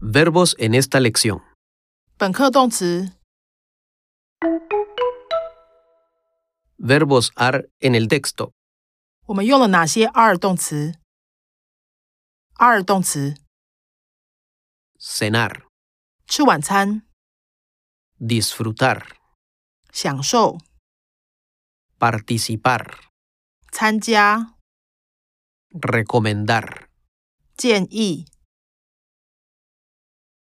Verbos en esta lección. 本课动词 Verbos are en el texto. 我们用了哪些 are 动词？are 动词 Cenar, 吃晚餐、 disfrutar, 享受、 participar, 参加、 recomendar, 建议、